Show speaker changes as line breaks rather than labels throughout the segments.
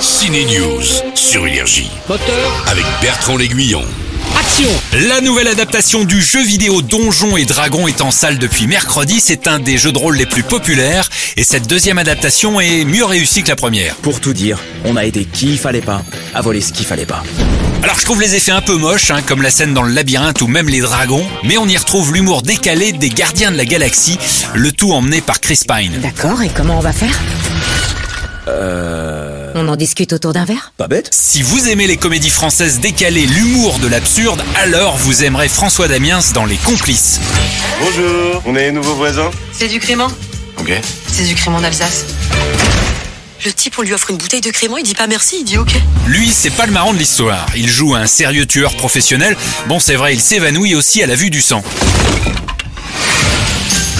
Ciné News sur Énergie
Moteur,
avec Bertrand L'Aiguillon.
action
La nouvelle adaptation du jeu vidéo Donjons et Dragons est en salle depuis mercredi. C'est un des jeux de rôle les plus populaires et cette deuxième adaptation est mieux réussie que la première.
Pour tout dire, on a aidé qui il fallait pas, à voler ce qu'il fallait pas.
Alors je trouve les effets un peu moches, hein, comme la scène dans le labyrinthe ou même les dragons, mais on y retrouve l'humour décalé des gardiens de la galaxie, le tout emmené par Chris Pine.
D'accord, et comment on va faire
Euh...
On en discute autour d'un verre
Pas bête
Si vous aimez les comédies françaises décalées, l'humour de l'absurde, alors vous aimerez François Damiens dans Les Complices.
Bonjour, on est les nouveaux voisins
C'est du crément
Ok.
C'est du crément d'Alsace. Le type, on lui offre une bouteille de crément, il dit pas merci, il dit ok.
Lui, c'est pas le marrant de l'histoire. Il joue un sérieux tueur professionnel. Bon, c'est vrai, il s'évanouit aussi à la vue du sang.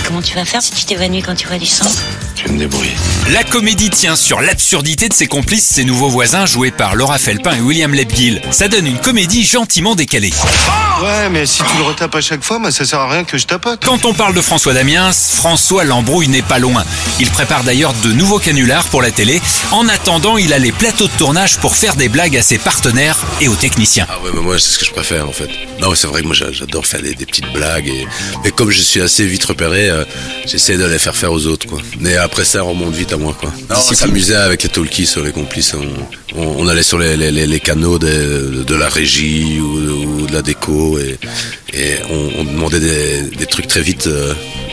Comment tu vas faire si tu t'évanouis quand tu vois du sang
Je vais me débrouiller.
La comédie tient sur l'absurdité de ses complices, ses nouveaux voisins, joués par Laura Felpin et William Lebgill. Ça donne une comédie gentiment décalée.
Ouais, mais si tu le retapes à chaque fois, moi, ça sert à rien que je tapote.
Quand on parle de François Damiens, François Lambrouille n'est pas loin. Il prépare d'ailleurs de nouveaux canulars pour la télé. En attendant, il a les plateaux de tournage pour faire des blagues à ses partenaires et aux techniciens.
Ah ouais, mais moi, c'est ce que je préfère, en fait. Non, c'est vrai que moi, j'a- j'adore faire des, des petites blagues. Et... Mais comme je suis assez vite repéré, euh, j'essaie de les faire faire aux autres, quoi. Mais après ça, remonte vite à moi, quoi. Non, on s'amusait avec les talkies sur les complices. On, on- on allait sur les, les, les- les canaux de, de la régie ou, ou de la déco et, et on, on demandait des, des trucs très vite. euh,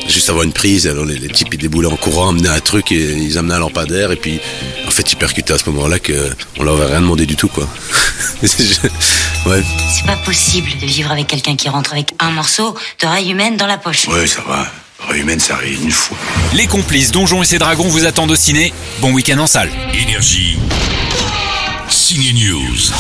Juste avant une prise, alors les, les types ils déboulaient en courant, amenaient un truc et ils amenaient un lampadaire et puis en fait ils percutaient à ce moment-là que on leur avait rien demandé du tout quoi. Je- ouais.
C'est pas possible de vivre avec quelqu'un qui rentre avec un morceau de raille humaine dans la poche.
Ouais, ça va. Humaine, ça arrive une fois.
Les complices, Donjons et ses dragons vous attendent au ciné. Bon week-end en salle.
Énergie. Ciné News.